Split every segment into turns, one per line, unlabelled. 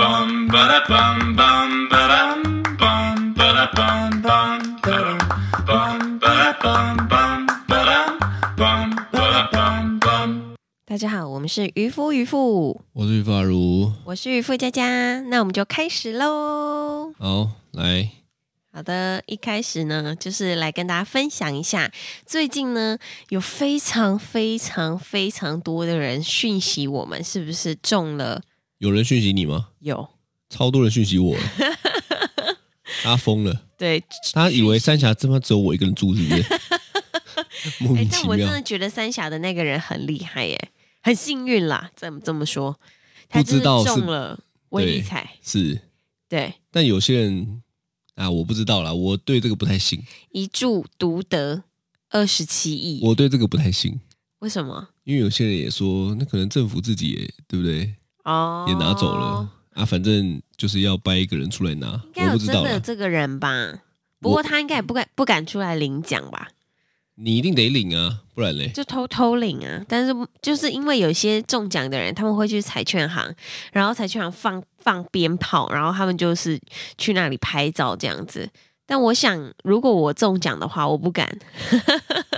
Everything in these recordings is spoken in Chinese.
bum ba da bum bum ba dum bum ba da bum bum ba dum bum ba da bum bum ba dum bum ba da bum bum.
大家好，我们是渔夫渔妇，
我是法如，
我是渔夫佳佳，那我们就开始喽。
好，来，
好的，一开始呢，就是来跟大家分享一下，最近呢有非常非常非常多的人讯息我们，是不是中了？
有人讯息你吗？
有
超多人讯息 我，他疯了，
对，
他以为三峡他妈只有我一个人住，是不是？ 莫
哎、
名
但
其
我真
妙，
的觉得三峡的那个人很厉害耶，很幸运啦，这么这么说，他
不
就是
知道是
中了威力彩，
是，
对，
但有些人啊，我不知道啦，我对这个不太信，
一注独得二十七亿，
我对这个不太信，
为什么？
因为有些人也说，那可能政府自己也对不对，
哦，
也拿走了。啊，反正就是要掰一个人出来拿，
应该
我
有
不知
真
道
的有
啦。
这个人吧？不过他应该也不敢不敢出来领奖吧？
你一定得领啊，不然嘞，
就偷偷领啊！但是就是因为有些中奖的人，他们会去彩券行，然后彩券行放放鞭炮，然后他们就是去那里拍照这样子。但我想，如果我中奖的话，我不敢，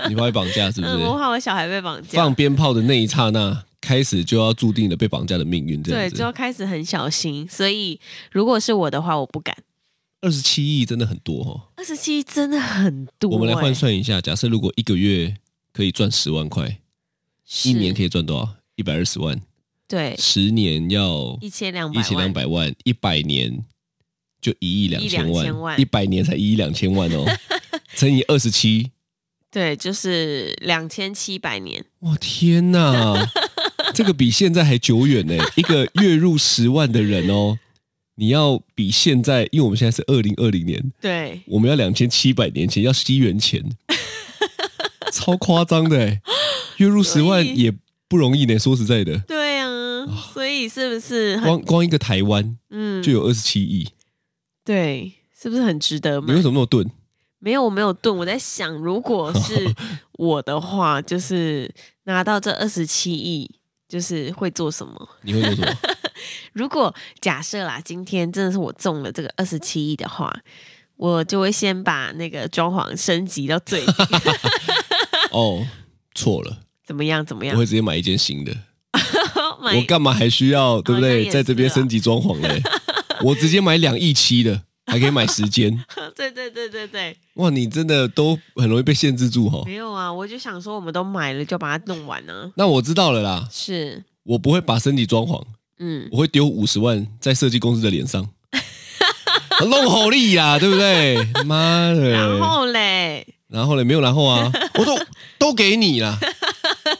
你怕被绑架是不是
嗯，？我怕我小孩被绑架。
放鞭炮的那一刹那，开始就要注定了被绑架的命运，这
对，
样
就要
子。
开始很小心。所以，如果是我的话，我不敢。
二十七亿真的很多哦。
二十七真的很多、
我们来
欸
换，算一下，假设如果一个月可以赚十万块，一年可
以
以赚多少？一百二十万，
对
十年要
一千两百
一千两
万，
百万，一百年就一亿两千
一两千万
万，一百年才一亿两千万 哦，乘以二十七，
对，就是两千七百年。
哇 天哪，这个比现在还久远呢！一个月入十万的人哦，你要比现在，因为我们现在是二零二零年，
对，
我们要两千七百年前，要西元前， 超夸张的欸，月入十万也不容易呢。说实在的，
对啊，所以是不是很
光光一个台湾
嗯
就有二十七亿，
对，是不是很值得
你
买
为？什么那 么钝？
没有，我没有顿。我在想，如果 是我的话，就是拿到这二十七亿，就是会做什么？
你会做什么？
如果假设啦，今天真的是我中了这个二十七亿的话，我就会先把那个装潢升级到 最低
哦，错了，
怎么样？怎么样？Oh
我？会直接买一间新的。
买
我干嘛还需要对
好
不
像
对
也？是啊
在这边
啦
升级装 潢嘞？我直接买两亿七的，还可以买时 间。
对对对对对，
哇，你真的都很容易被限制住哦。
没有啊，我就想说，我们都买了，就把它弄完啊呢、
那我知道了啦，
是，
我不会把升级装潢，
嗯，
我会丢五十万在设计公司的脸上， 弄好力呀，对不对？妈的！
然后嘞，
然后嘞，没有然后啊，我说都给你 啦，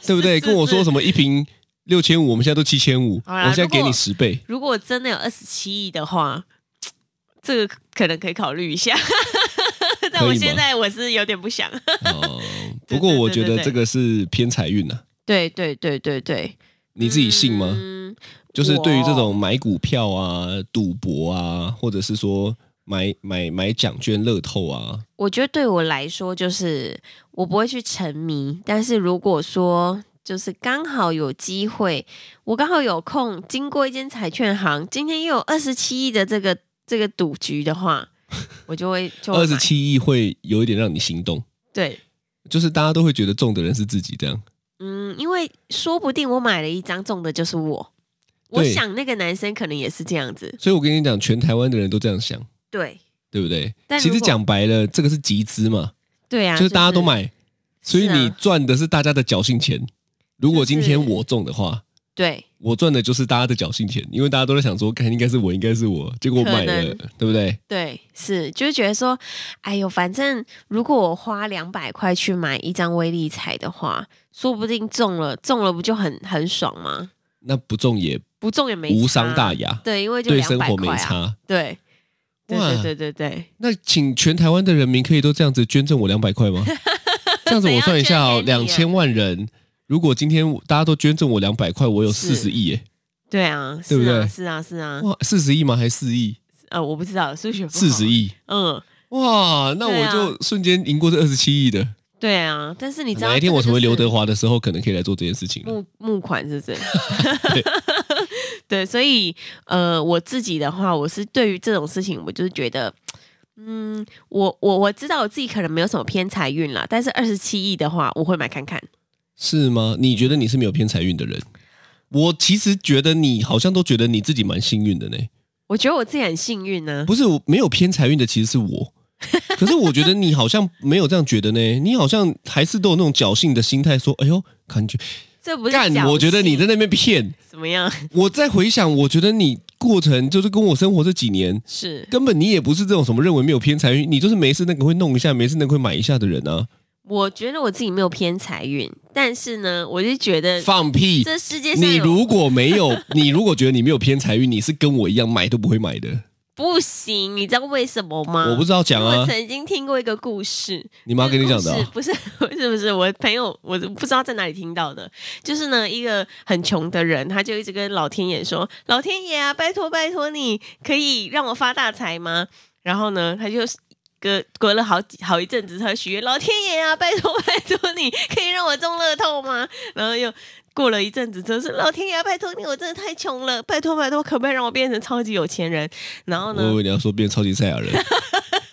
对不对？
是是
跟我说什么一瓶六千五，我们现在都七千五，
好
我
啦
现在给
如果
你十 倍。
如果真的有二十七亿的话，这个可能可以考虑一下。 但我
可以吗
现在我是有点不想。
哦，
对
不过
对
我
对
觉
对
得
对
这个是偏财运呐，
对对对对对，
你自己信吗？
嗯，
就是对于这
我
种买股票啊、赌博啊，或者是说买买买奖券、乐透啊，
我觉得对我来说，就是我不会去沉迷，但是如果说就是刚好有机会，我刚好有空经过一间彩券行，今天又有二十七亿的这个这个赌局的话，我就会就会
二
买
十七亿会有一点让你心动，
对。
就是大家都会觉得中的人是自己这样。
嗯，因为说不定我买了一张中的就是我，我
对
想那个男生可能也是这样子，
所以我跟你讲，全台湾的人都这样想，
对
对不对
但？如
其
果
实讲白了，这个是集资嘛，
对啊，
就是大家都，买，所以
是啊
你赚的是大家的侥幸钱。如果今天我中的话，
对
我赚的就是大家的侥幸钱，因为大家都在想说，看应该是我，应该是我，结果我买
可
了
能，
对不对？
对是，就是觉得说，哎呦，反正如果我花两百块去买一张威力彩的话，说不定中了，中了不就很很爽吗？
那不中也
不中也没
无
差
伤大，雅，
对，因为就
对
两
生
百
活没
块啊，
差。
对，对
哇
对对对对，
那请全台湾的人民可以都这样子捐赠我两百块 吗？这样子我算一下哦，
怎样捐
两
给啊
千万人，如果今天大家都捐赠我两百块，我有
是
四十亿耶！
对啊，是
对不
啊
对
是啊是啊，
哇，四十亿吗？还四亿？
呃，我不知道数学不好
四十，亿？
嗯，
哇，那
对
我
啊
就瞬间赢过这二十七亿的。
对啊，但是你知道
哪一天
这个
我成为
就是嗯
刘德华的时候，可能可以来做这件事情了。
募募款是不是？ 对，所以呃，我自己的话，我是对于这种事情，我就是觉得，嗯，我我我知道我自己可能没有什么偏财运啦，但是二十七亿的话，我会买看看。
是吗？你觉得你是没有偏财运的人？我其实觉得你好像都觉得你自己蛮幸运的呢。
我觉得我自己很幸运啊呢、
不是我没有偏财运的，其实是我。 可是我觉得你好像没有这样觉得呢，你好像还是都有那种侥幸的心态，说：“哎呦，感觉
这不是
干。”
侥
我觉得你
幸
在那边 骗。
怎么样？
我在回想，我觉得你过程就是跟我生活这几年，
是
根本你也不是这种什么认为没有偏财运，你就是没事那个会弄一下，没事那个会买一下的人啊。
我觉得我自己没有偏财运，但是呢，我就觉得
放屁！
呃这世界上
你
有
如果没有，你如果觉得你没有偏财运，你是跟我一样买都不会买的。
不行，你知道为什么吗？
我不知道讲啊
我，曾经听过一个故事，
你妈跟你讲的啊、
不是不是 不是不是我朋友，我不知道在哪里听到的，就是呢，一个很穷的人，他就一直跟老天爷说：“老天爷啊，拜托拜托你，可以让我发大财吗？”然后呢，他就隔隔了好几好一阵子，他许愿：“老天爷啊，拜托拜托你，可以让我中乐透吗？”然后又。过了一阵子，就是老天爷啊，拜托你，我真的太穷了，拜托拜托，可不可以让我变成超级有钱人？然后呢，
我以为你要说变超级赛亚人，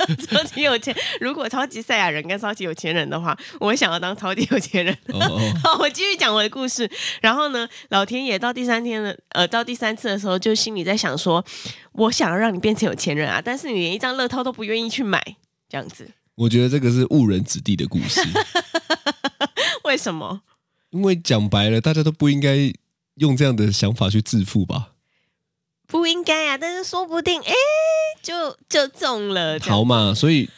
超级有钱。如果超级赛亚人跟超级有钱人的话，我会想要当超级有钱人。
哦哦，
好，我继续讲我的故事。然后呢，老天爷到第三天的，呃，到第三次的时候，就心里在想说，我想要让你变成有钱人啊，但是你连一张乐透都不愿意去买，这样子，
我觉得这个是误人子弟的故事，
为什么？
因为讲白了，大家都不应该用这样的想法去致富吧？
不应该啊，但是说不定，哎，就就中了。这样
好嘛，所以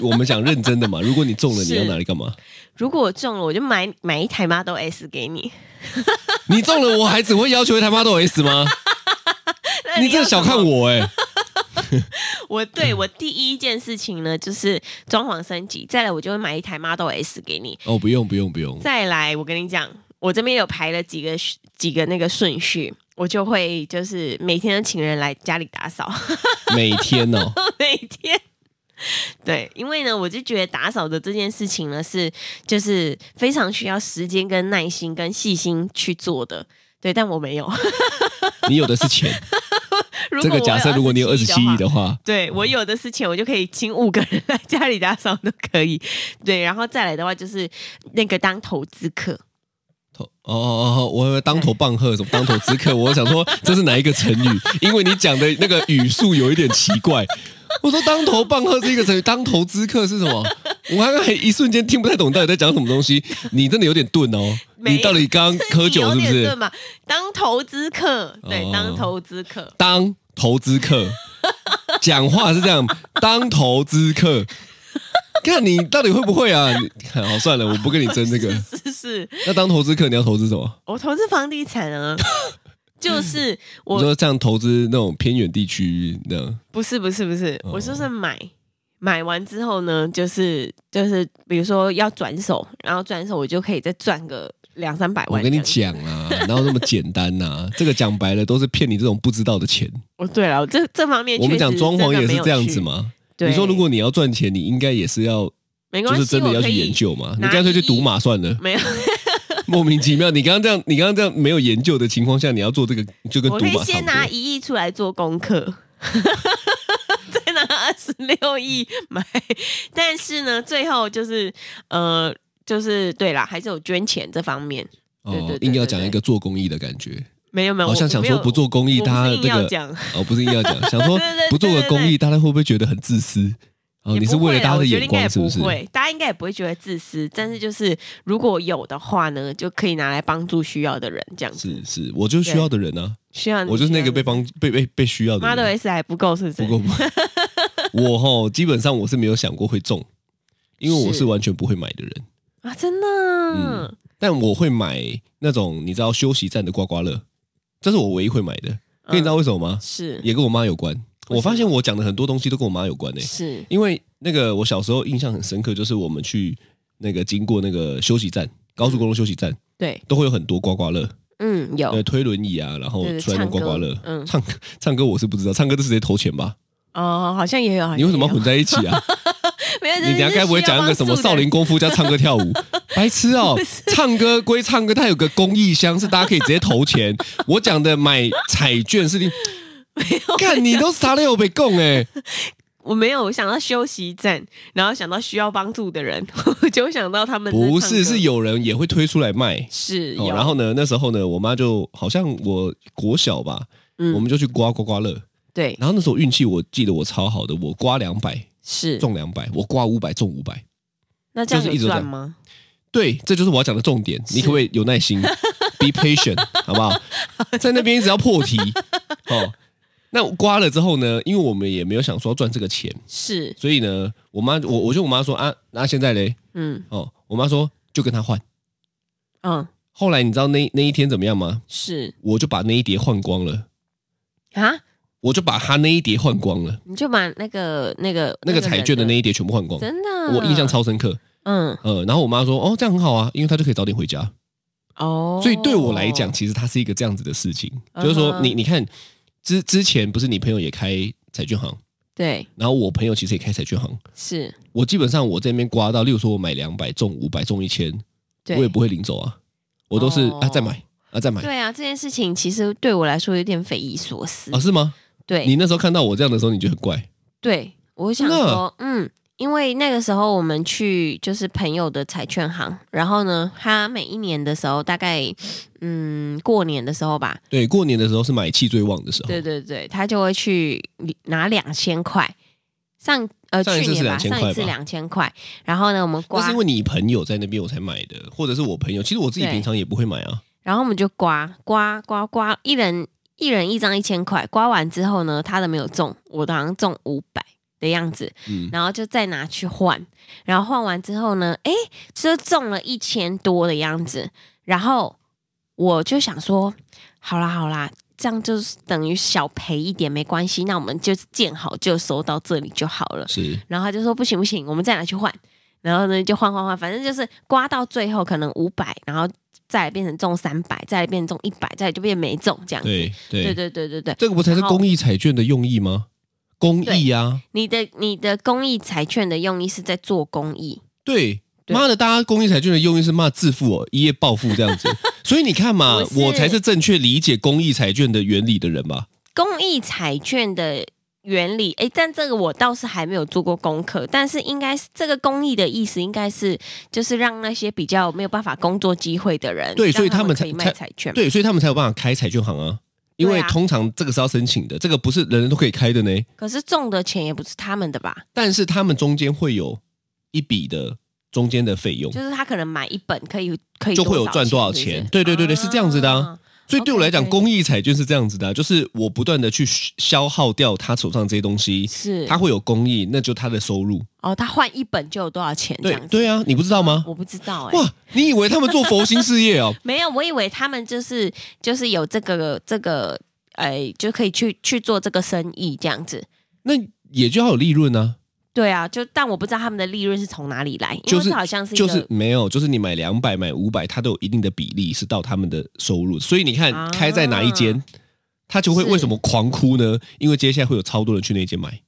我们讲认真 的嘛。如果你中了，
是
你要拿来干嘛？
如果我中了，我就买买一台 Model S 给你。
你中了，我还只会要求一台 Model S 吗？
那
你真
要
的小
什么
看我哎、
我对我第一件事情呢，就是装潢升级，再来我就会买一台 Model S 给你，
哦，不用不用不用，
再来我跟你讲，我这边有排了几个几个那个顺序，我就会就是每天都请人来家里打扫，
每天哦，
每天。对，因为呢，我就觉得打扫的这件事情呢，是就是非常需要时间、跟耐心、跟细心去做的。对，但我没有。
你有的是钱。
如
这
果
个假设，如果你有二十七亿
话
的话，
对我有的是钱，我就可以请五个人来家里打扫都可以。对，然后再来的话就是那个当投资客，
头哦哦哦，我以为当头棒喝，什么当头之客，我想说这是哪一个成语？因为你讲的那个语速有一点奇怪。我说当头棒喝是一个成语，当头之客是什么？我刚刚还一瞬间听不太懂你到底在讲什么东西。你真的有点钝哦，
没有
你到底刚刚喝酒是不
你有点
是
对？嘛？当投资客，对，
哦
当投资客，
当投资客，讲话是这样，当投资客。看你到底会不会啊？你看好算了，我不跟你争这个。
是是是，
那当投资客你要投资什么？
我投资房地产 啊，就是
你
我
说像投资那种偏远地区那样，
不是不是不是，
哦
我就是买。买完之后呢，就是就是，比如说要转手，然后转手我就可以再赚个两三百
我
万。
跟你，讲啊，哪有那么简单呐、这个讲白了都是骗你这种不知道的钱。
哦，对了，我这这方面
我们
哎确实
讲装
真
潢
的
也
没
是
有
这样
去
子？嘛。
对
你说如果你要赚钱，你应该也是要
没
就
关系，
是真的要
我可
去
以
研究嘛。你
拿
干脆去
一亿，
赌马算了
没有，
莫名其妙。你刚刚这样，你刚刚这样没有研究的情况下，你要做这个就 跟
我
赌
可以
马差
先
不
拿
多。
一亿出来做功课， 再拿二十六亿买。但是呢，最后就是呃，就是对啦，还是有捐钱这方面。对对
哦
对，
应该要
对
讲一
对
个做公益的感觉，
没有没有，
好像
我
想
没
说
有
不做公益，
我不是
大家
硬
这
要
个
讲
哦，不是硬要讲，想说
对对对
不做个公
对
益，
对
大家会不会觉得很自私？哦，
也
你是
不会
为了
啦
大家
我
的
觉得
眼
应该也
光，是
不
是？
会，大家应该也不会觉得自私，但是就是如果有的话呢，就可以拿来帮助需要的人，这样子
是是，我就是需要的人啊，
需要你
我就是那
需要
个被
你
帮被被被需要的
Model
人。
S 还不够，是不是？
不过不， 我吼基本上我是没有想过会中，因为我
是
是完全不会买的人，
啊，真的，
嗯但我会买那种你知道休息站的刮刮乐，这是我唯一会买的。可你知道为什么吗？
是
也跟我妈有关。
嗯么
我发现我讲的很多东西都跟我妈有关诶、
是
因为那个我小时候印象很深刻，就是我们去那个经过那个休息站，高
嗯
速公路休息站
对，
都会有很多刮刮乐，
嗯，有
呃，推轮椅啊，然后
对对
出来弄刮刮乐
唱歌。嗯
唱歌唱歌我是不知道，唱歌都是直接投钱吧？
哦，好像也有，好像
你为什么
也
要
有
混在一起啊？
没有，
你等下该不会讲一个什么少林？功夫加唱歌跳舞？白痴哦！唱歌归唱歌，它有个公益箱，是大家可以直接投钱。我讲的买彩券 是你，看你都傻了有被供哎，
我没有我想到休息站，然后想到需要帮助的人， 我就想到他们在唱
不
歌
是是有人也会推出来卖。
是
哦
有，
然后呢，那时候呢，我妈就好像我国小吧，
嗯
我们就去刮刮刮乐。
对
然后那时候运气我记得我超好的，我刮两百
是
中两百，我刮五百中五百。
那这样
就
有
是一直在
赚吗？
对，这就是我要讲的重点。你
是
可不可以有耐心，be patient，好不好？在那边一直要破题哦。那我刮了之后呢，因为我们也没有想说要赚这个钱，
是
所以呢，我妈我我就我妈说啊，那现在嘞，
嗯
哦，我妈说就跟他换。
嗯
后来你知道那那一天怎么样吗？
是
我就把那一叠换光了，
啊，
我就把他那一叠换光了，
你就把那个那个
那个彩券的那
一
一叠全部换光，
真的，啊
我印象超深刻。
嗯
呃，然后我妈说哦，这样很好啊，因为她就可以早点回家。
哦，
所以对我来讲，其实它是一个这样子的事情，
嗯哼
就是说你你看之之前不是你朋友也开彩券行，
对
然后我朋友其实也开彩券行，
是，
我基本上我这边刮到，例如说我买两百中五百中一千，
对
我也不会领走啊，我都是、
哦
啊再买啊再买
对啊，这件事情其实对我来说有点匪夷所思
啊。是吗？
对，
你那时候看到我这样的时候，你就很怪
对，我想
真的
说，嗯，因为那个时候我们去就是朋友的彩券行，然后呢，他每一年的时候，大概嗯过年的时候吧，
对，过年的时候是买气最旺的时候，
对对对，他就会去拿两千块。上呃
上一
去
次是
年吧，上
2000
一次
块吧
两千块，然后呢我们
那是
刮
因，为你朋友在那边我才买的，或者是我朋友，其实我自己
对
平常也不会买啊。
然后我们就刮刮刮刮，一人一人一张一千块，刮完之后呢，他的没有中，我的好像中五百的样子，
嗯，
然后就再拿去换，然后换完之后呢，诶，就中了一千多的样子。然后我就想说，好啦好啦，这样就是等于小赔一点没关系，那我们就见好就收到这里就好了。
是
然后他就说不行不行，我们再拿去换。然后呢就换换换，反正就是刮到最后可能五百，然后再来变成中三百，再来变成中一百，再来就变没中这样子。
对
对
对，
对对对对，
这个不才是
然后
公益彩券的用意吗？公益啊，
你的你的公益彩券的用意是在做公益，
对，
对
妈的，大家公益彩券的用意是骂致富哦，一夜暴富这样 子。所以你看嘛，
不是
我才是正确理解公益彩券的原理的人吧？
公益彩券的原理，诶，但这个我倒是还没有做过功课，但是应该是这个公益的意思，应该是就是让那些比较没有办法工作机会的人，
对所以
让他
他们才
可以卖彩券，
对，所以他们才有办法开彩券行啊，因为
对啊
通常这个是要申请的，这个不是人人都可以开的呢。
可是中的钱也不是他们的吧？
但是他们中间会有一笔的中间的费用，
就是他可能买一本可以可以
就会有赚多少
是不是
钱对对对对是这样子的啊所以对我来讲
OK，OK
公益彩券是这样子的啊、就是我不断的去消耗掉他手上这些东西，
是
他会有公益，那就他的收入。
哦，他换一本就有多少钱这
对
样子？
对啊，你不知道吗？
我不知道哎、
哇，你以为他们做佛心事业哦？
没有，我以为他们就是就是有这个这个，哎，就可以去去做这个生意这样子。
那也就要有利润啊，
对啊，就但我不知道他们的利润是从哪里来，
就
因为
是
这好像是一
就
个
是没有，就是你买两百买五百，它都有一定的比例是到他们的收入，所以你
啊
看开在哪一间，他就会
是
为什么狂哭呢？因为接下来会有超多人去那间买，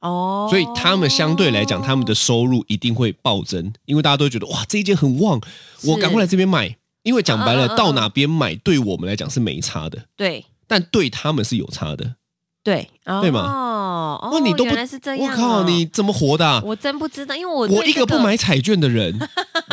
哦，
所以他们相对来讲，他们的收入一定会暴增，因为大家都会觉得哇，这一间很旺，
是
我赶快来这边买。因为讲白
嗯嗯嗯
了，
嗯
到哪边买对我们来讲是没差的，
对
但对他们是有差的。
对
对吗
吗哦，
哇你都不
原来是这
我
样、哦，
靠，你怎么活的啊？
我真不知道，因为我
我
对
一
这
个不买彩券的 人，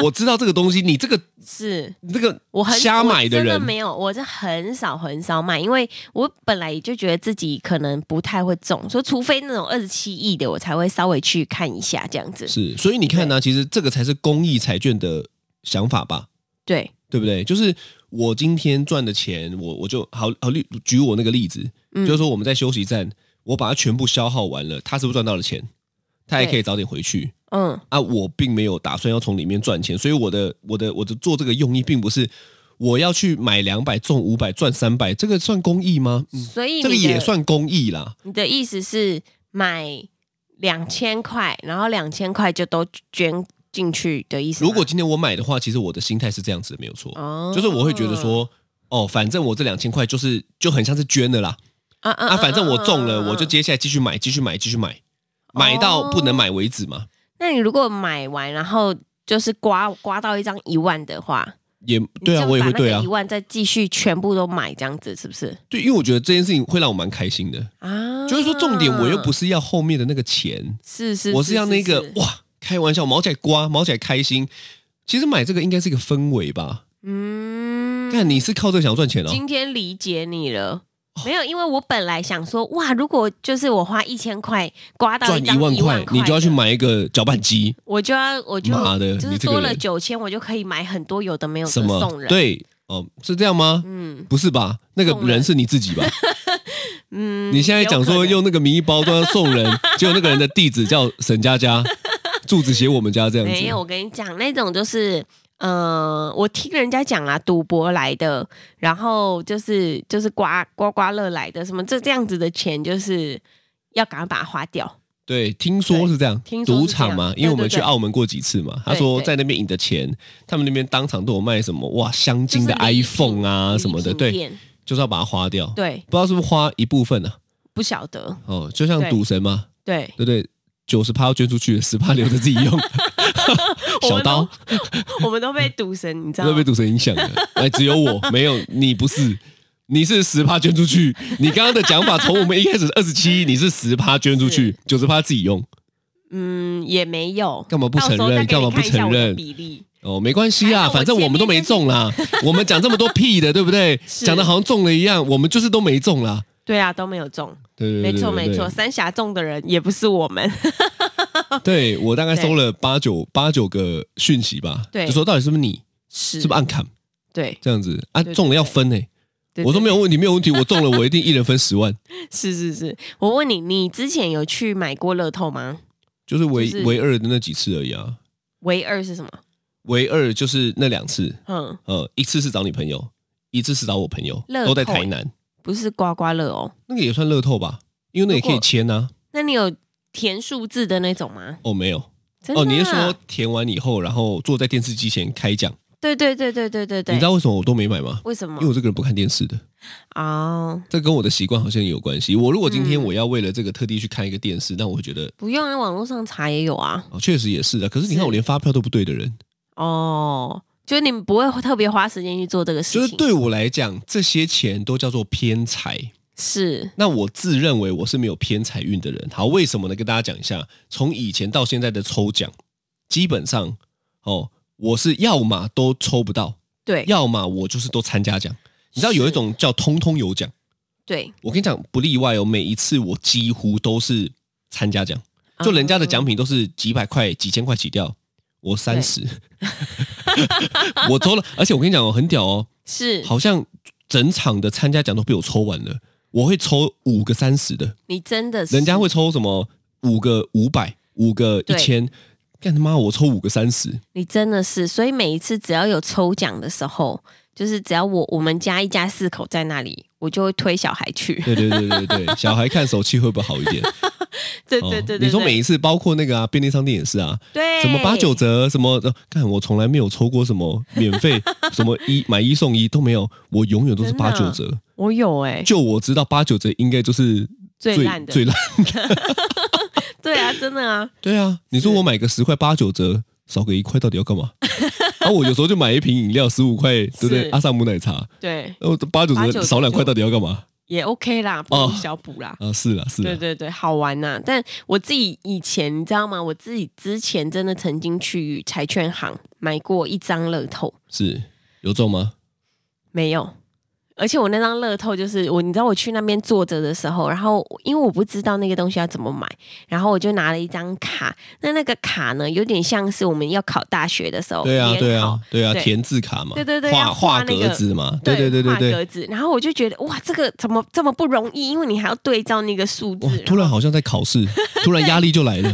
我知道这个东西，你这个
是。
这个
我很
瞎买
我真
人
的没有，我是很少很少买，因为我本来就觉得自己可能不太会中，所以除非那种二十七亿的，我才会稍微去看一下这样子。
是，所以你看呢、其实这个才是公益彩券的想法吧，
对，
对不对？就是我今天赚的钱，我我就好好例举我那个例子，
嗯
就是说我们在休息站，我把它全部消耗完了，他是不是赚到了钱？他也可以早点回去
嗯，
啊！我并没有打算要从里面赚钱，所以我的我的我的做这个用意并不是我要去买两百中五百赚三百，这个算公益吗？嗯，
所以
这个
你的
也算公益啦。
你的意思是买两千块，然后两千块就都捐进去的意思吗？
如果今天我买的话，其实我的心态是这样子的，没有错，
哦
就是我会觉得，说，哦，反正我这两千块就是就很像是捐的啦，
啊啊
啊，反正我中了，
嗯嗯嗯
我就。
嗯哦
接下来继续买，继续买，继续买，买到不能买为止嘛。
那你如果买完，然后就是刮刮到一张一万的话，
也对
你
啊，
就
我也会
把那
对
个
啊
一，万再继续全部都买这样子，是不是
对，因为我觉得这件事情会让我蛮开心的。
啊？
就是说，重点我又不
是
是要后面的那个钱，
是是，
我是要那个
是
哇，开玩笑，毛起来刮，毛起来开心。其实买这个应该是一个氛围吧？
嗯，
看你是靠这个想要赚钱哦，哦
今天理解你了。没有，因为我本来想说，哇，如果就是我花一千块刮到
赚
张
一万块
块，，
你就要去，买一个搅拌机，
我就要我就
妈的
就
你
是
这个
多了
人
九千，我就可以买很多有的没有的
什
嗯
么
送人。，
对哦，是这样吗？
嗯
不是吧？那个
送人
人是你自己吧？
嗯，
你现在
有
讲
可
说
能
用那个名义包装送 人，结果那个人的地址叫沈佳佳，住址写我们家这样子。
没有，我跟你讲，那种就是，呃，我听人家讲啦，赌博来的，然后就是就是刮刮刮乐来的，什么这这样子的钱，就是要赶快把它花掉。
对，听说是这样，
听说是
赌场嘛
这，样
因为我们
对对
去
对
澳门过几次嘛，他
对
说
对
在那边赢的钱，他们那边当场都有卖什么哇镶金的
就是礼品
iPhone 啊
礼
什么的，
品
对，
店
就是要把它花掉，不
对，
知道是不是花一部分啊？
不晓得，
哦，就像
对
赌神嘛，
对，
对不对？九十趴捐出去，十趴留着自 己用， 小刀
我们都被赌神，你知道
会
吗
被？赌神影响的。哎，只有我没有，你不是，你是十趴捐出去。你刚刚的讲法从我们一开始二十七，你是十趴捐出去，九十趴自己用，
嗯，也没有。
干嘛不
到
承
时候再
认？
给
干
你
嘛不
看一下
承
我的
认？
比例？
哦，没关系
还
啊，
好我
反正我们都没中啦。 我们讲这么多屁的，对不对？
是
讲的好像中了一样，我们就是都没中啦。
对啊，都没有中，
对对对
没错
对对
没错，三峡中的人也不是我 们，
对我大概
对
收了八九八九个讯息吧，
对
就说到底是不是你，
是
是不是暗砍
对，
这样子啊？
对对
中了要分呢、
对
我说
对
没有问题，没有问题，我中了我一定一人分十万，
是是是，我问你，你之前有去买过乐透吗？
就是唯
就是
唯二的那几次而已啊。
唯二是什么？
唯二就是那两次，
嗯，
呃，一次是找你朋友，一次是找我朋友，
乐透
都在台南，
不是刮刮乐哦。
那个也算乐透吧，因为那也可
如
以
果
签啊。
那你有填数字的那种吗？
哦，没有，
真的
哦，
啊
你是说填完以后，然后坐在电视机前开奖？
对对对对对对对，
你知道为什么我都没买吗？
为什
因
么
为？我这个人不看电视的，
哦，
这跟我的习惯好像也有关系。我如果今天
嗯
我要为了这个特地去看一个电视，那我会觉得
不用啊，网络上查也有啊。
哦，确实也是的。可是你看，
是
我连发票都不对的人，
哦，就是你们不会特别花时间去做这个事情，
就是对我来讲，这些钱都叫做偏财。
是
那我自认为我是没有偏财运的人。好，为什么呢？跟大家讲一下，从以前到现在的抽奖，基本上哦，我是要么都抽不到，
对
要么我就是都参加奖。你知道有一
是
种叫通通有奖。
对，
我跟你讲不例外哦，每一次我几乎都是参加奖，就人家的奖
品
品都是几百块、几千块起掉，我三十， 我抽了，而且我跟你讲哦，很屌哦，
是
好像整场的参加奖都被我抽完了，我会抽五个三十的，
你真的是
人家会抽什么五个五百、五个一
对
千，干他妈我抽五个三十，
你真的是，所以每一次只要有抽奖的时候，就是只要我我们家一家四口在那里，我就会推小孩去。
对对对 对对，小孩看手气会不会好一点？
对
哦
对对对，
你说
对
每一次，包括那个啊，便利商店也是啊，
对
什么八九折，什么的，看我从来没有抽过什么免 费，什么一买一送一都没有，我永远都是
真的
八九
啊
折。
我有哎、
就我知道八九折应该就是
最
最
烂的
最烂。
对啊，真的 啊，
对啊，你说
是
我买个十块八九折，少个一块到底要干嘛？ 啊，我有时候就买一瓶饮料十五块，对不对？
是
阿萨姆奶茶，
对，
然后八九
八
折
九折
少两块
就
到底要干嘛？
也 OK 啦，不
哦
如小补啦。
啊，是 啦是
对
啦，
对对，好玩呐、但我自己以前你知道吗？我自己之前真的曾经去柴券行买过一张乐透，
是有中吗？
没有。而且我那张乐透就是我，你知道我去那边坐着的时候，然后因为我不知道那个东西要怎么买，然后我就拿了一张卡。那那个卡呢，有点像是我们要考大学的时候，
对啊
联
对
哦考
啊对啊，
对
填字卡嘛，
对对对
画
要画
画
那
格
个
子嘛，对对对对
画
对。
格子。然后我就觉得哇，这个怎么这么不容易？因为你还要对照那个数字
哇，，啊突然好像在 考试，突然压力就来了，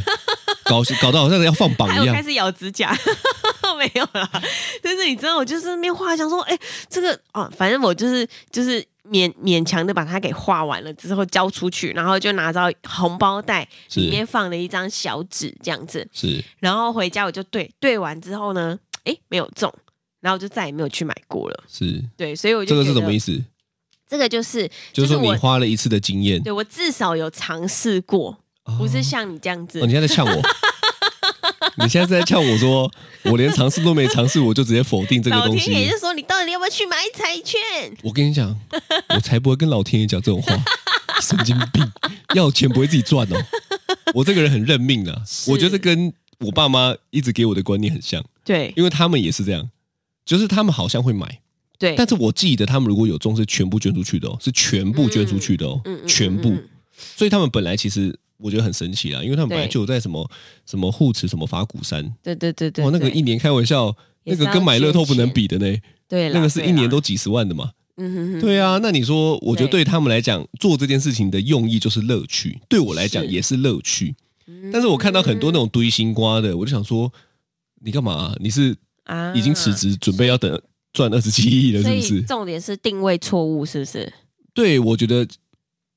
搞搞得好像要放榜
还
哦
有
一样
开。始咬指甲， 没有啦。但是你知道，我就是那边画，想说，哎、这个啊，反正我就是就是勉勉强的把它给画完了之后交出去，然后就拿到红包袋，
是
里面放了一张小纸这样子，
是
然后回家我就对对完之后呢，哎、没有中。然后我就再也没有去买过了，
是，
对，所以我就
这个是
觉得
什么意思？
这个就是
就是说
我
你花了一次的经验，
对我至少有尝试过，不是
哦
像你这样子
哦，你现在在呛我。你现在是在呛我说，我连尝试都没尝试，我就直接否定这个
老
东
天爷
西
就。说你到底要不要去买彩券？
我跟你 讲，我才不会跟老天爷讲这种话，神经病！要钱不会自己 赚哦。我这个人很认命的，我觉得这跟我爸妈一直给我的观念很像，
对
因为他们也是这样，就是他们好像会买，
对，
但是我记得他们如果有中是全部捐出去的哦，是全部捐出去的哦，
嗯嗯嗯
全部。
嗯嗯
所以他们本来其实我觉得很神奇啊啦，因为他们本来
对
就有在什么什么护持什么法鼓山，
对对对对，
哇，哦那个
对
一年开玩笑，
也
那
是要
个跟买乐透不能比的呢，
对啦
那个是
对
一年
啦
都几十万的嘛。
嗯哼哼，
对啊，那你说，我觉得
对
对他们来讲，做这件事情的用意就是乐趣，对我来讲
是嗯
也是乐趣。但是我看到很多那种堆心瓜的，我就想说，你干嘛、你是
啊
已经辞，职，准备要等赚二十七亿了，
所
是不
以
是？
重点是定位错误，是不是？
对，我觉得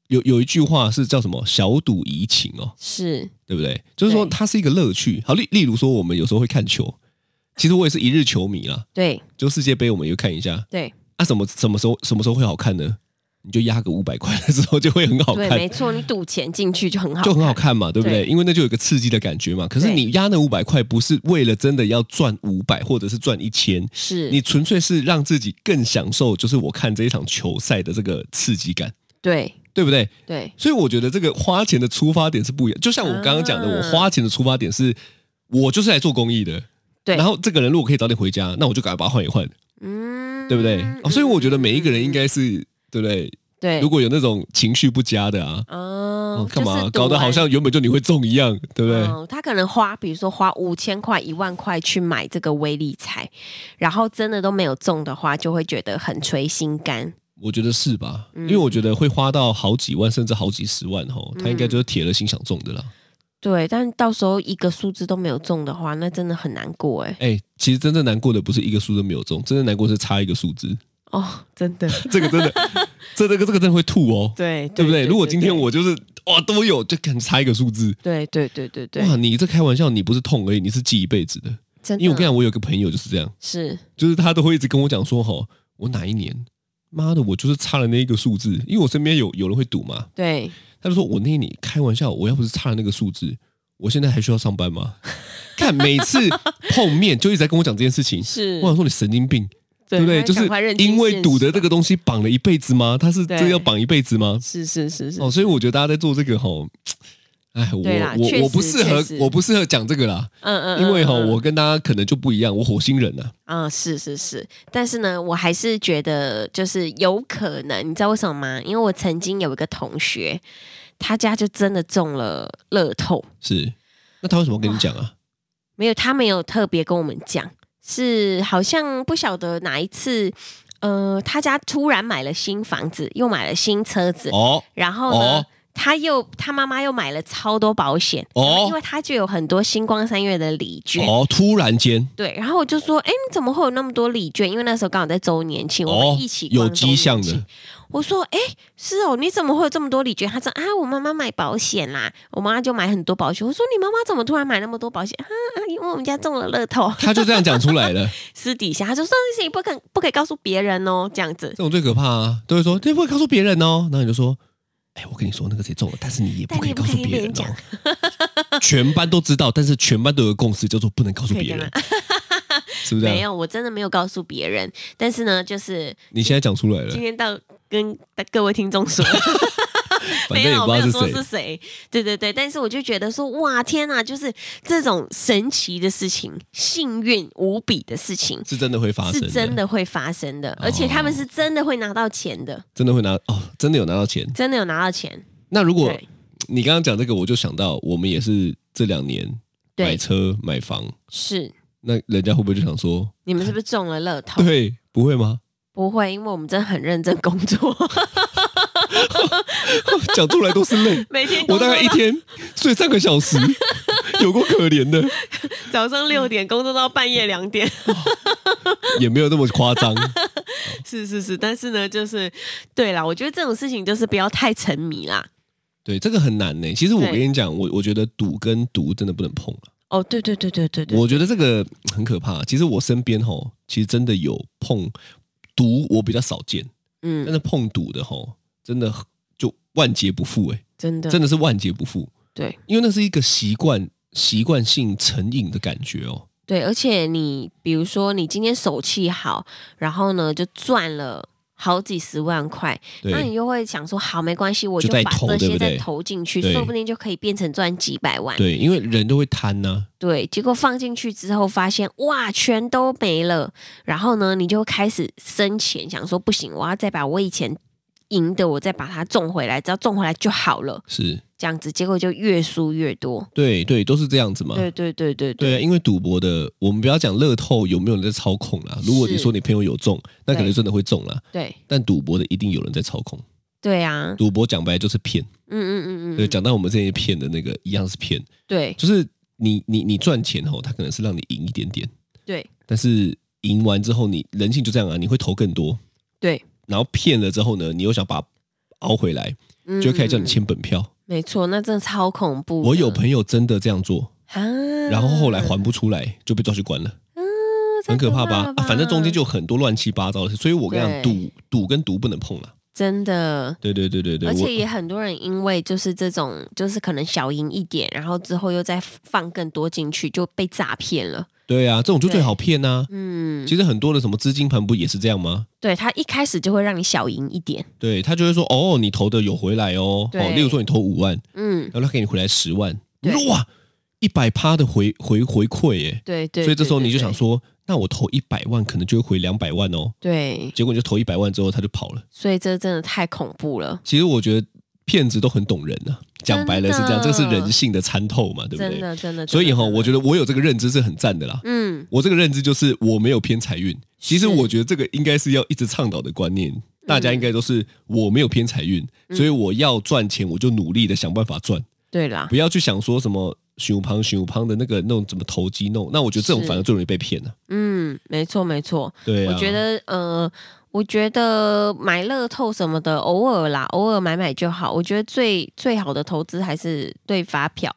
有有一句话是叫什么“小赌怡情”哦，
是
对不对？就是说
对
它是一个乐趣。好，例例如说，我们有时候会看球，其实我也是一日球迷啦，
对
就世界杯我们也看一下。
对
啊，什么什么时候什么时候会好看呢？你就压个五百块的时候就会很好
对，
看
没，错，你赌钱进去就很好，
就很好。看嘛，对不对？
对
因为那就有一个刺激的感觉嘛。可是
对
你压那五百块，不是为了真的要赚五百或者是赚一千，
是
你纯粹是让自己更享受，就是我看这一场球赛的这个刺激感，
对
对不对？
对
所以我觉得这个花钱的出发点是不一样。就像我刚刚讲的，
啊
我花钱的出发点是，我就是来做公益的。
对，
然后这个人如果可以早点回家，那我就赶快把它换一换，
嗯，
对不对、
嗯
哦所以我觉得每一个人应
嗯嗯
该是，对不对？
对，
如果有那种情绪不佳的啊，
嗯哦
哦，干嘛、
就是赌
搞得
完
好像原本就你会中一样，对不对？
嗯，他可能花，比如说花五千块、一万块去买这个威力彩，然后真的都没有中的话，就会觉得很捶心肝。
我觉得是吧？
嗯嗯
因为我觉得会花到好几万甚至好几十万吼，他应该就是铁了心想中的啦。
对，但到时候一个数字都没有中的话，那真的很难过哎。
哎、其实真正难过的不是一个数字没有中，真正难过是差一个数字，
哦，真 的，
这个 真的，这这个这个真的会吐哦，
对
对不对？如果今天
对
我就是哇都有，就敢差一个数字。
对对对对对，
哇，你这开玩笑，你不是痛而已，你是记一辈子的。
真的，
因为我跟你讲，我有个朋友就是这样，
是
就是他都会一直跟我讲说，吼，我哪一年，妈的，我就是差了那一个数字，因为我身边有有人会赌嘛，
对，
他就说：“我那一年开玩笑，我要不是差了那个数字，我现在还需要上班吗？” 看每次碰面就一直在跟我讲这件事情，
是
我想说你神经病，对不对？
那
就
赶
是
快认清
因为
现
赌
实
的这
吧
个东西绑了一辈子吗？他是
对
这个要绑一辈子吗？
是是是是
哦，所以我觉得大家在做这个吼，哎，我
对啦确
我我不
实
适合
确实，
我不适合讲这个啦，
嗯嗯，
因为
嗯
吼
嗯
我跟大家可能就不一样，我火星人啊，
啊、是是是，但是呢，我还是觉得就是有可能，你知道为什么吗？因为我曾经有一个同学，他家就真的中了乐透，
是。那他为什么要跟你讲啊？
没有他没有特别跟我们讲，是好像不晓得哪一次，呃，他家突然买了新房子，又买了新车子，
哦
然后呢，
哦
他又他妈妈又买了超多保险，
哦
因为他就有很多星光三月的礼券。
哦，突然间
对，然后我就说，哎，你怎么会有那么多礼券？因为那时候刚好在周年庆，我
哦
们一起，逛
有
周
迹
年
象
庆
的。
我说，哎，是哦，你怎么会有这么多礼券？他说，啊，我妈妈买保险啦，我妈就买很多保险。我说，你妈妈怎么突然买那么多保险？啊，啊因为我们家中了乐透。
他就这样讲出来了。
私底下他就说，你不肯不可以告诉别人哦，这样子
这。种最可怕啊！都会说，你不会告诉别人哦。然后你就说，哎、我跟你说那个谁中了，但是你也不可以告诉别人
但你
哦。 全班都知道，但是全班都有个共识，叫做不能告诉 别人，是不是、
没
啊？
有，我真的没有告诉别人。但是呢，就是
你现在讲出来了
今，天到跟各位听众说。
反正也
有，
不
没有
知道
说
是
是
谁。
谁。对对对，但是我就觉得说，哇，天哪，就是这种神奇的事情，幸运无比的事情，
是真的会发生
是
的，哦
真的会发生的，而且他们是真的会拿到钱的，
真的会拿哦，真的有拿到钱。
真的有拿到钱。
那如果
对
你刚刚讲这个，我就想到我们也是这两年买
对，
车买房，
是
那人家会不会就想说，
你们是不是中了乐 透？
对，不会吗？
不会，因为我们真的很认真工作，
讲出来都是泪。
每天工
我
作
大概一
到
天睡三个小时，有过可怜的，
早上六点工作到半夜两点。
也没有那么夸张。
是是是，但是呢，就是对啦，我觉得这种事情就是不要太沉迷啦。
对，这个很难呢、其实我
对
跟你讲，我我觉得赌跟毒真的不能碰啊
哦，对对对对对对，
我觉得这个很可怕。其实我身边吼，其实真的有碰毒，我比较少见，但
嗯，
是碰赌的吼，真的就万劫不复哎、
真的
真的是万劫不复。
对，
因为那是一个习惯，习惯性成瘾的感觉哦。
对，而且你比如说你今天手气好，然后呢就赚了。好几十万块，那你
对，
就会想说，好，没关系，我
就
就
再
把
投
这
对不
些再
对
投进去，
对
说不定就可以变成赚几百万。
对，因为人都会贪啊呐、
对，结果放进去之后发现哇，全都没了。然后呢，你就开始生钱，想说不行，我要再把我以前赢的，我再把它种回来，只要种回来就好了。
是
这样子，结果就越输越多。
对对，都是这样子嘛。
对对对对
对啊，因为赌博的，我们不要讲乐透有没有人在操控啦。如果你
是
说你朋友有中，那可能
对
真的会中啦。
对
但赌博的一定有人在操控，
对啊，
赌博讲白就是骗。
嗯嗯嗯
对，
嗯，
讲到我们之前骗的那个一样是骗，
对
就是你你你赚钱吼，它可能是让你赢一点点，
对
但是赢完之后你人性就这样啊，你会投更多，
对，
然后骗了之后呢，你又想把它熬回来，
嗯
就会开始叫
嗯
你
嗯
签本票。
没错，那真的超恐怖的。
我有朋友真的这样做，
啊，
然后后来还不出来就被抓去关了。
嗯
很
太
可怕吧？
了
啊反正中间就有很多乱七八糟的事，所以我跟你讲，
对
赌赌跟毒不能碰了。
真的
对对对对对，
而
我
且也很多人因为就是这种，就是可能小赢一点，然后之后又再放更多进去，就被诈骗了。
对啊，这种就最好骗呐、
嗯，
其实很多的什么资金盘不也是这样吗？
对他一开始就会让你小赢一点，
对他就会说哦，你投的有回来哦，
对
哦，例如说你投五万，
嗯，
然后他给你回来十万，你
对
说哇，一百趴的回回回馈耶，
对对。
所以这时候
对
你就想
对
说，那我投一百万可能就会回两百万哦，
对，
结果你就投一百万之后他就跑了。
所以这真的太恐怖了，
其实我觉得骗子都很懂人呐、讲白了是这样，
真
这
的
个是人性的参透嘛，对不
真
对？
的真的。
所以哈，
哈，
我觉
得，
得我有这个认知是很赞的啦。
嗯，
我这个认知就是我没有偏财运。其
是嗯
实我觉得这个应该是要一直倡导的观念，大家应该都是我没有偏财运，所以我要赚钱我就努力的想办法赚，
对啦，
不要去想说什么熊胖熊胖的那个那种怎么投机弄。那我觉得这种
是
反而最容易被骗了、啊
嗯，没错没错。
对啊，
我觉得，呃，我觉得买乐透什么的，偶尔啦，偶尔买买就好。我觉得最最好的投资还是对发票。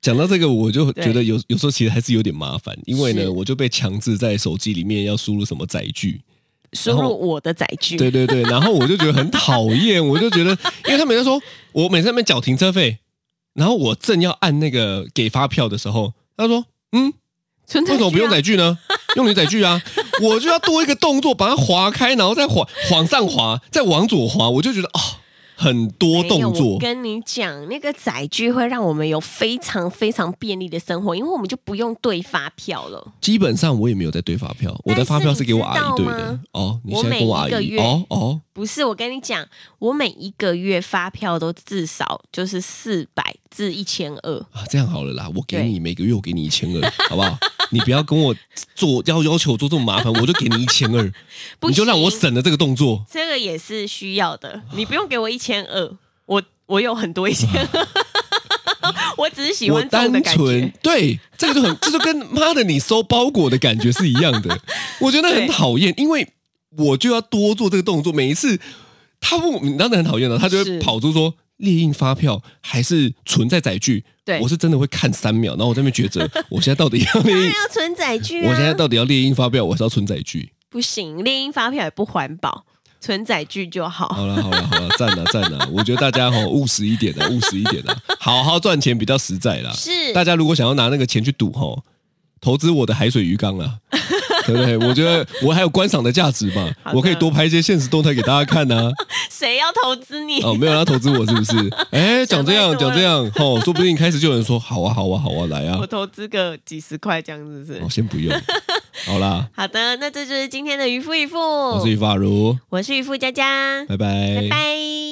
讲到这个，我就
对
觉得有有时候其实还是有点麻烦，因为
是
呢，我就被强制在手机里面要输入什么载具。
输
然后
入我的载具。
对对对，然后我就觉得很讨厌，我就觉得， 因为他每次说我每次在那边缴停车费，然后我正要按那个给发票的时候，他说，嗯，
存在
为什么不用载
具
具呢？用你载具啊，我就要多一个动作把它划开，然后再滑往上滑，再往左滑，我就觉得哦，很
啊
多
没有我
动作，
跟你讲，那个载具会让我们有非常非常便利的生活，因为我们就不用对发票了。
基本上我也没有在对发票，我的发票是给我阿姨
但是
对
你知道
的
吗。
哦，你
我
现在跟我阿
每一个
姨，
月
哦哦，
不是，我跟你讲，我每一个月发票都至少就是四百至一千二。
啊，这样好了啦，我给你每个月我给你一千二， 好不好？你不要跟我做要要求我做这么 麻烦，我就给你一千二，
不
你就让我
行
省了这个动作。
这个也是需要的，你不用给我一千二，我我有很多一千二， 我只是喜
我
欢重的
单
感觉
纯。对这个 就很，这就跟妈的你收包裹的感觉是一样的，我觉得很
对
讨厌，因为我就要多做这个动作，每一次他问我，你当然很讨厌了，他就是会跑出说。列印发票还是存在载具？
对
我是真的会看三秒，然后我在那边 抉择，我现在到底要
当
列
然
印，
要存载具啊！
我现在到底要列印发票，我还是要存载具？
不行，猎鹰发票也不环保，存载具就好。
好了好了好了，赞了赞了！我觉得大家吼务实一点的，务实一点的，好好赚钱比较实在啦。
是，
大家如果想要拿那个钱去赌吼，投资我的海水鱼缸啦，对不对？我觉得我还有观赏的价值嘛
好，的
我可以多拍一些现实动态给大家看呐、
谁要投资你？
哦，没有人要投资我是不是？哎，讲这样
想太多
讲
了
这样吼，说不定开始就有人说好啊好啊好啊来啊
我，投资个几十块这样子是不是
哦先 不用，好啦，
好的，那这就是今天的渔夫渔妇，
我是于发如，
我是渔夫佳佳，
拜拜
拜拜